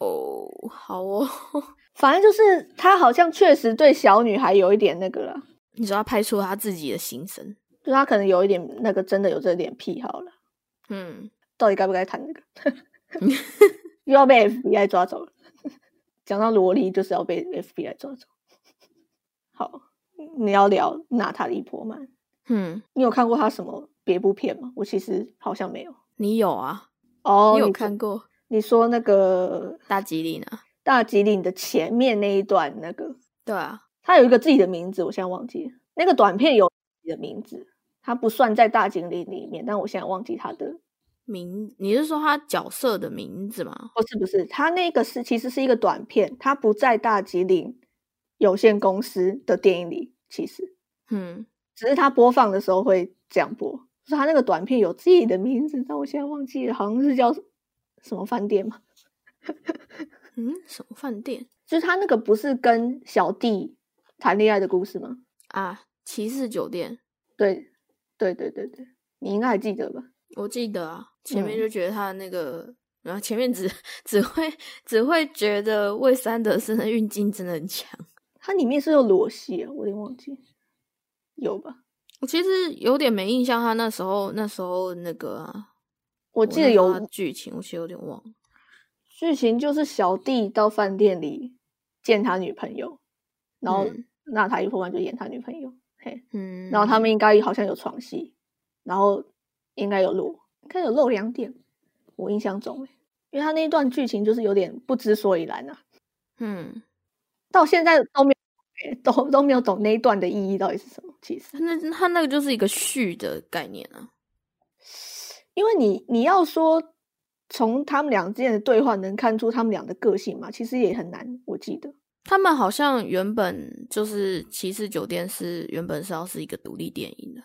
哦，好哦， 反正就是他好像确实对小女孩有一点那个了，你说他拍出他自己的心声，就他可能有一点那个真的有这点癖好了。嗯，到底该不该谈这个？ 又要被 FBI 抓走了。 讲到萝莉，就是要被 FBI 抓走。好，你要聊娜塔莉·波曼，嗯，你有看过她什么别部片吗？我其实好像没有。你有啊？哦，你有说看？过你说那个大吉利呢？大吉岭的前面那一段，那个对啊，他有一个自己的名字，我现在忘记了。那个短片有自己的名字，它不算在大吉岭里面，但我现在忘记它的。名，你是说他角色的名字吗？不是不是，它那个是其实是一个短片，它不在大吉岭有限公司的电影里，其实嗯，只是它播放的时候会这样播。就是它那个短片有自己的名字，但我现在忘记了，好像是叫什么饭店嘛。嗯，什么饭店就是它那个不是跟小弟谈恋爱的故事吗？啊？骑士酒店，对，对对对对，你应该还记得吧？我记得啊，前面嗯就觉得他的那个，然后前面只只会只会觉得魏三德森的运镜真的很强。它里面是有裸戏啊，我有点忘记，有吧？我其实有点没印象，他那时候那时候那个啊，我我记那得时候他有剧情，我其实有点忘了。剧情就是小弟到饭店里见他女朋友，然后嗯娜塔莉波曼就演他女朋友，嘿，嗯，然后他们应该好像有床戏，然后应该有露，应该有露两点，我印象中欸，因为他那一段剧情就是有点不知所以然啊，嗯，到现在都没有 都都没有懂那一段的意义到底是什么，其实。他那他那个就是一个续的概念啊。因为你你要说从他们俩之间的对话能看出他们俩的个性嘛，其实也很难。我记得，他们好像原本就是《骑士酒店》是原本是要是一个独立电影的，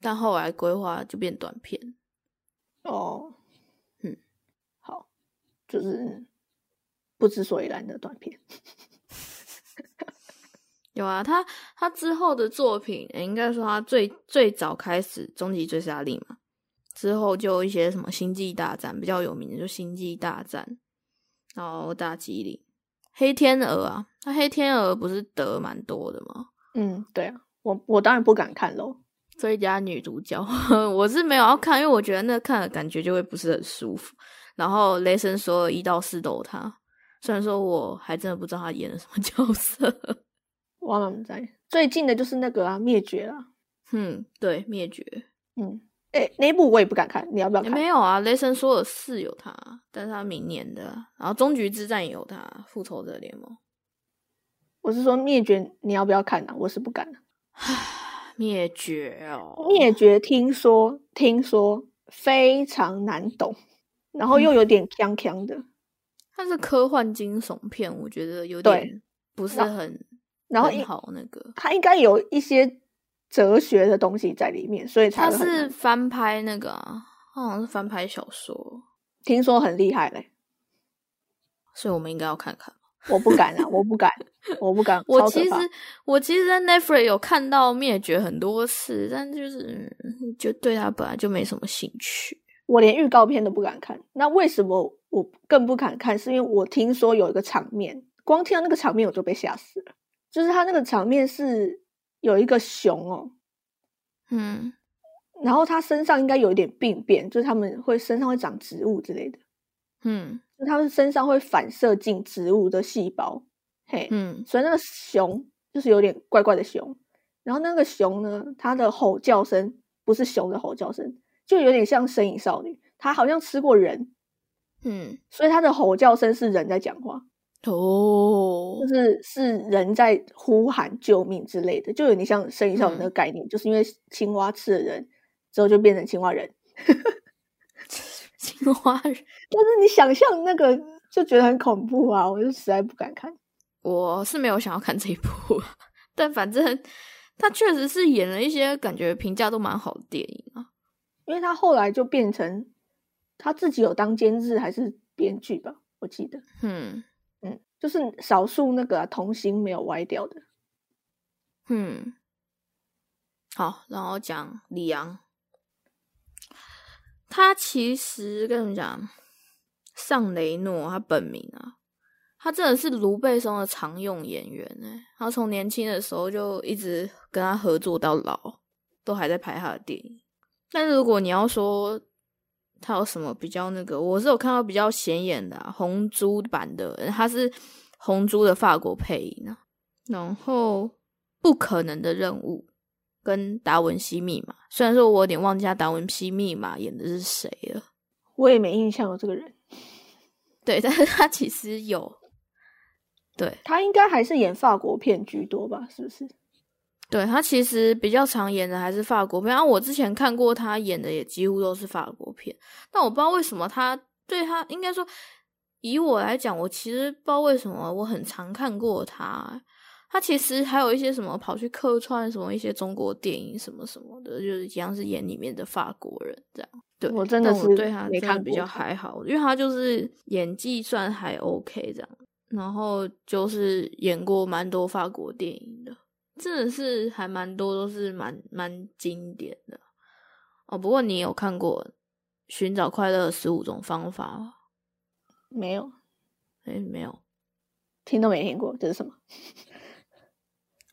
但后来规划就变短片。哦，嗯，好，就是不知所以然的短片。有啊，他他之后的作品，诶应该说他最最早开始《终极追杀令》嘛，之后就一些什么《星际大战》比较有名的，就《星际大战》，然后大吉岭、黑天鹅啊，那黑天鹅不是得蛮多的吗？嗯，对啊，我我当然不敢看喽。最佳女主角， 我是没有要看，因为我觉得那看了感觉就会不是很舒服。然后雷神所有一到四都有她，虽然说我还真的不知道她演了什么角色。 我满不在最近的就是那个啊，灭绝了。嗯，对，灭绝嗯，哎、那一部我也不敢看，你要不要也看？没有啊。雷神所有四有她，但是她明年的啊，然后终局之战也有她，复仇者联盟、我是说灭绝，你要不要看啊？我是不敢、啊。灭绝哦，灭绝听说听说非常难懂，然后又嗯有点锵锵的，它是科幻惊悚片，我觉得有对点不是然很然后很应好那个。它应该有一些哲学的东西在里面，所以才它会很是难翻拍那个啊，它好像是翻拍小说，听说很厉害嘞。所以我们应该要看看。我不敢啊，我不 敢，我不敢。我超可其实怕我其实，在 Netflix 有看到灭绝很多次，但就是嗯就对它本来就没什么兴趣。我连预告片都不敢看。那为什么我更不敢看？是因为我听说有一个场面，光听到那个场面我就被吓死了。就是他那个场面是有一个熊哦，嗯，然后它身上应该有一点病变，就是他们会身上会长植物之类的，嗯就他们身上会反射进植物的细胞。嘿，嗯所以那个熊就是有点怪怪的熊。然后那个熊呢，它的吼叫声不是熊的吼叫声，就有点像《神隐少女》，它好像吃过人，嗯，所以它的吼叫声是人在讲话，哦就，是是人在呼喊救命之类的，就有点像《神隐少女》那个概念，就是因为青蛙吃了人之后就变成青蛙人。青蛙人。但是你想象那个就觉得很恐怖啊，我就实在不敢看。我是没有想要看这一部 啊，但反正他确实是演了一些感觉评价都蛮好的电影啊。因为他后来就变成他自己有当监制还是编剧吧，我记得，嗯嗯，就是少数那个、啊、童星没有歪掉的。嗯，好，然后讲李昂，他其实跟你们讲，尚雷诺他本名啊，他真的是卢贝松的常用演员哎、他从年轻的时候就一直跟他合作到老，都还在拍他的电影。但是如果你要说他有什么比较那个，我是有看到比较显眼的、啊、红猪版的，他是红猪的法国配音啊。然后《不可能的任务》跟《达文西密码》，虽然说我有点忘记他《达文西密码》演的是谁了，我也没印象有这个人，对，但是他其实有，对，他应该还是演法国片居多吧？是不是？对他其实比较常演的还是法国片，然、啊、后我之前看过他演的也几乎都是法国片，但我不知道为什么他对他应该说，以我来讲，我其实不知道为什么我很常看过他。他其实还有一些什么跑去客串什么一些中国电影什么什么的，就是一样是演里面的法国人这样。对，我真的但是对他没真的看比过较他还好，因为他就是演技算还 OK 这样，然后就是演过蛮多法国电影的。真的是还蛮多，都是蛮蛮经典的哦。不过你有看过《寻找快乐的十五种方法》吗？没有，诶、没有听都没听过，这是什么？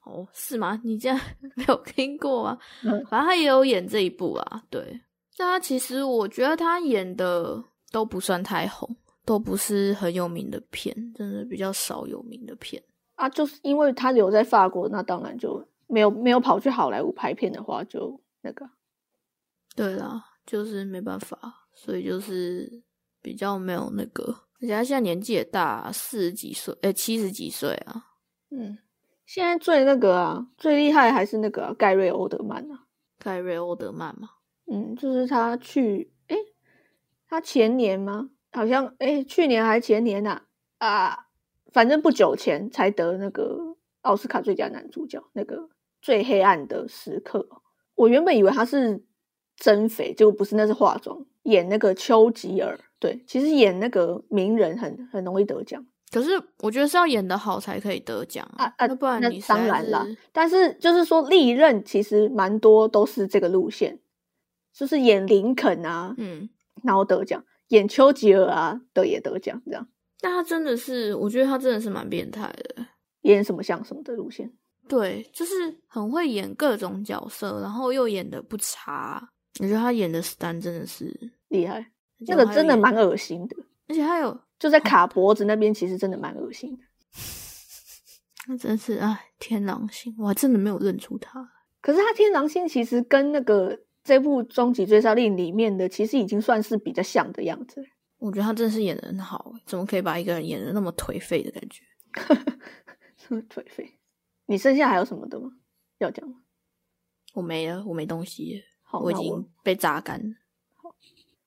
哦，是吗？你竟然 没有听过吗？嗯反正他也有演这一部啊，对。但他其实我觉得他演的都不算太红，都不是很有名的片，真的比较少有名的片。啊，就是因为他留在法国，那当然就没有没有跑去好莱坞拍片的话，就那个啊对啦，就是没办法，所以就是比较没有那个。而且他现在年纪也大，四十几岁，诶、七十几岁啊。嗯，现在最那个啊，最厉害还是那个啊、盖瑞·欧德曼啊，盖瑞·欧德曼嘛，嗯，就是他去，诶，他前年吗？好像诶，去年还前年呐、啊，反正不久前才得那个奥斯卡最佳男主角，那个最黑暗的时刻。我原本以为他是真肥，结果不是，那是化妆，演那个丘吉尔。对，其实演那个名人很很容易得奖。可是我觉得是要演的好才可以得奖啊啊要不然那你实当在然啦是但是就是说，历任其实蛮多都是这个路线，就是演林肯啊，嗯，然后得奖；演丘吉尔啊的也得奖，这样。但他真的是，我觉得他真的是蛮变态的。演什么像什么的路线。对，就是很会演各种角色，然后又演的不差。我觉得他演的 Stan 真的是厉害，那个真的啊蛮，恶心的，而且他有，就 在卡脖子那边，其实真的蛮恶心的。那真是哎，天狼星，我还真的没有认出他。可是他天狼星其实跟那个这部《终极追杀令》里面的，其实已经算是比较像的样子了。 我觉得他真的是演的很好，欸怎么可以把一个人演的那么颓废的感觉？什么颓废？你剩下还有什么的吗？要讲吗？我没了，我没东西了，好，哦我已那经被榨干了。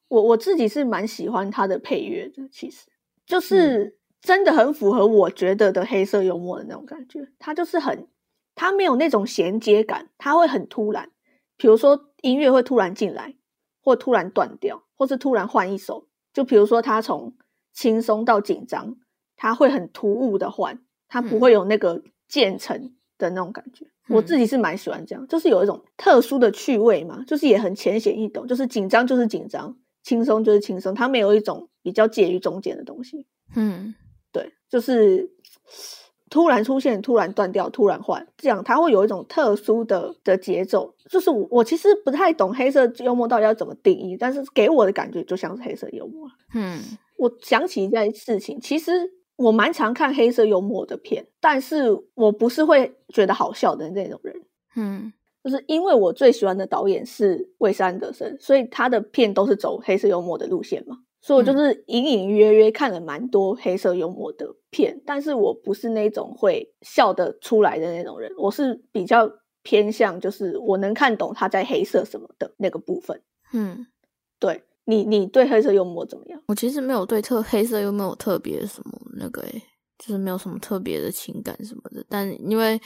我我自己是蛮喜欢他的配乐的，其实就是真的很符合我觉得的黑色幽默的那种感觉。他就是很，他没有那种衔接感，他会很突然，比如说音乐会突然进来，或突然断掉，或是突然换一首。就比如说他从轻松到紧张，他会很突兀的换，他不嗯会有那个渐层的那种感觉。我嗯自己是蛮喜欢这样，就是有一种特殊的趣味嘛，就是也很浅显易懂，就是紧张就是紧张，轻松就是轻松，它没有一种比较介于中间的东西。嗯，对，就是突然出现，突然断掉，突然换，这样它会有一种特殊的的节奏。就是我我其实不太懂黑色幽默到底要怎么定义，但是给我的感觉就像是黑色幽默。嗯，我想起一件事情，其实我蛮常看黑色幽默的片，但是我不是会觉得好笑的那种人。嗯，就是因为我最喜欢的导演是韦斯安德森，所以他的片都是走黑色幽默的路线嘛，所以我就是隐隐约约看了蛮多黑色幽默的片，但是我不是那种会笑得出来的那种人，我是比较偏向就是我能看懂他在黑色什么的那个部分。嗯，对你，你对黑色幽默怎么样？我其实没有对特黑色又没有特别什么那个、欸，就是没有什么特别的情感什么的。但因为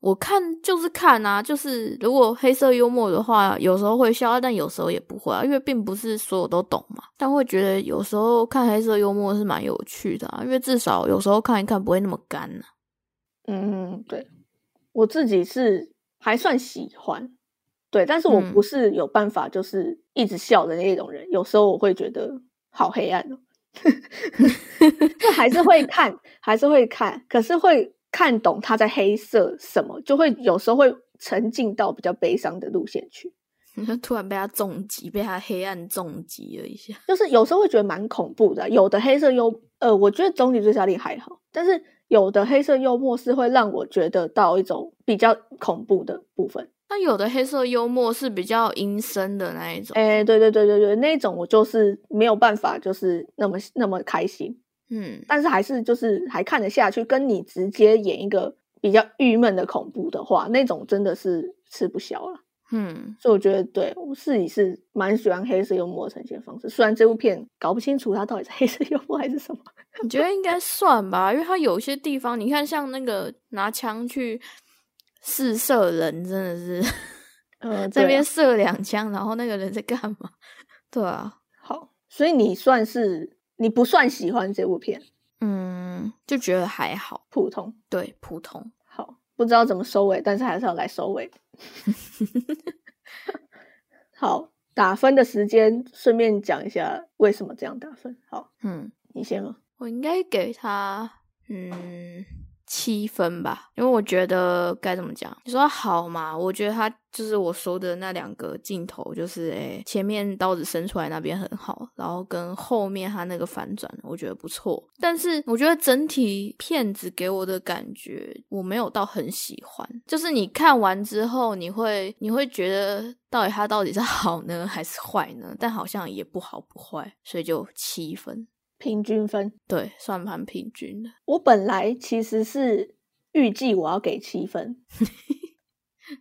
我看就是看啊，就是如果黑色幽默的话，有时候会笑，但有时候也不会啊，因为并不是所有都懂嘛。但会觉得有时候看黑色幽默是蛮有趣的啊，因为至少有时候看一看不会那么干啊。 嗯，对，我自己是还算喜欢，对，但是我嗯不是有办法就是一直笑的那种人，有时候我会觉得好黑暗哦， 就还是会看，还是会看，可是会看懂他在黑色什么，就会有时候会沉浸到比较悲伤的路线去，你说突然被他重击，被他黑暗重击了一下。就是有时候会觉得蛮恐怖的。啊有的黑色幽，呃，我觉得《终极追杀令》还好，但是有的黑色幽默是会让我觉得到一种比较恐怖的部分。但有的黑色幽默是比较阴森的那一种，哎、对对对对对，那种我就是没有办法，就是那么那么开心，嗯但是还是就是还看得下去。跟你直接演一个比较郁闷的恐怖的话，那种真的是吃不消了。嗯。所以我觉得，对我自己是蛮喜欢黑色幽默的呈现方式。虽然这部片搞不清楚它到底是黑色幽默还是什么，我觉得应该算吧，因为他有些地方，你看像那个拿枪去试射人，真的是 呃，在对那边啊射两枪，然后那个人在干嘛？ 对啊，好，所以你算是你不算喜欢这部片，嗯，就觉得还好，普通。对，普通。好，不知道怎么收尾，但是还是要来收尾。好，打分的时间，顺便讲一下为什么这样打分。好，嗯，你先吗？我应该给他嗯七分吧，因为我觉得该怎么讲？你说他好嘛？我觉得他就是我说的那两个镜头，就是诶、前面刀子伸出来那边很好，然后跟后面他那个反转，我觉得不错。但是我觉得整体片子给我的感觉，我没有到很喜欢。就是你看完之后，你会你会觉得到底他到底是好呢还是坏呢？但好像也不好不坏，所以就七分。平均分，对，算蛮平均的。我本来其实是预计我要给七分，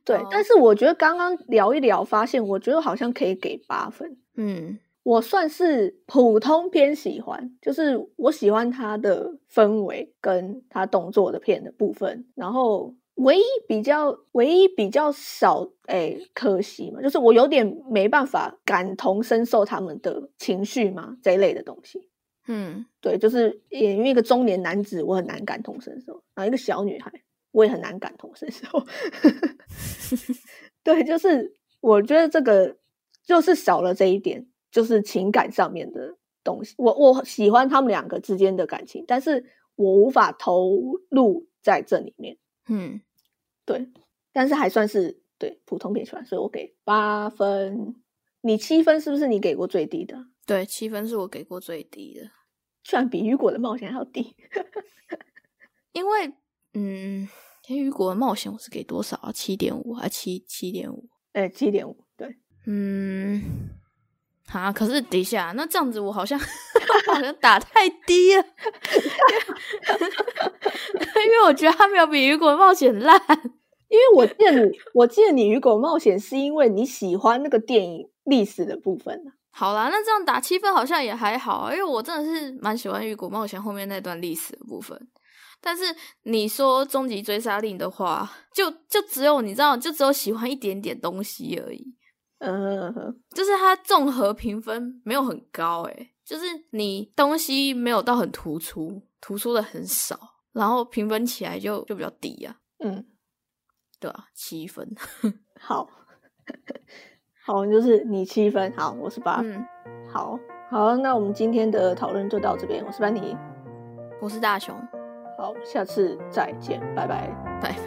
对，哦但是我觉得刚刚聊一聊，发现我觉得好像可以给八分。嗯我算是普通偏喜欢，就是我喜欢它的氛围跟它动作的片的部分，然后唯一比较唯一比较少诶、可惜嘛，就是我有点没办法感同身受他们的情绪嘛这一类的东西。嗯对，就是演一个中年男子，我很难感同身受，然后一个小女孩，我也很难感同身受。 对，就是我觉得这个就是少了这一点，就是情感上面的东西。我我喜欢他们两个之间的感情，但是我无法投入在这里面。嗯，对，但是还算是对普通片喜欢，所以我给八分。你七分是不是你给过最低的？对，七分是我给过最低的，居然比雨果的冒险还要低。因为嗯，天雨果的冒险我是给多少啊？七点五还七七点五？哎，七点五，对，嗯，啊，可是等一下，那这样子我好像 我好像打太低了， 因为我觉得他没有比雨果冒险烂。因为我记得你，我记得你雨果冒险是因为你喜欢那个电影历史的部分啊好啦，那这样打七分好像也还好啊，因为我真的是蛮喜欢《玉骨冒险》后面那段历史的部分。但是你说《终极追杀令》的话，就就只有你知道，就只有喜欢一点点东西而已。嗯哼，就是它综合评分没有很高、欸，诶，就是你东西没有到很突出，突出的很少，然后评分起来就就比较低啊，嗯，对啊，七分，好，好，就是你七分，好，我是八、嗯，好，好，那我们今天的讨论就到这边，我是班尼，我是大雄，好，下次再见，拜拜。拜拜。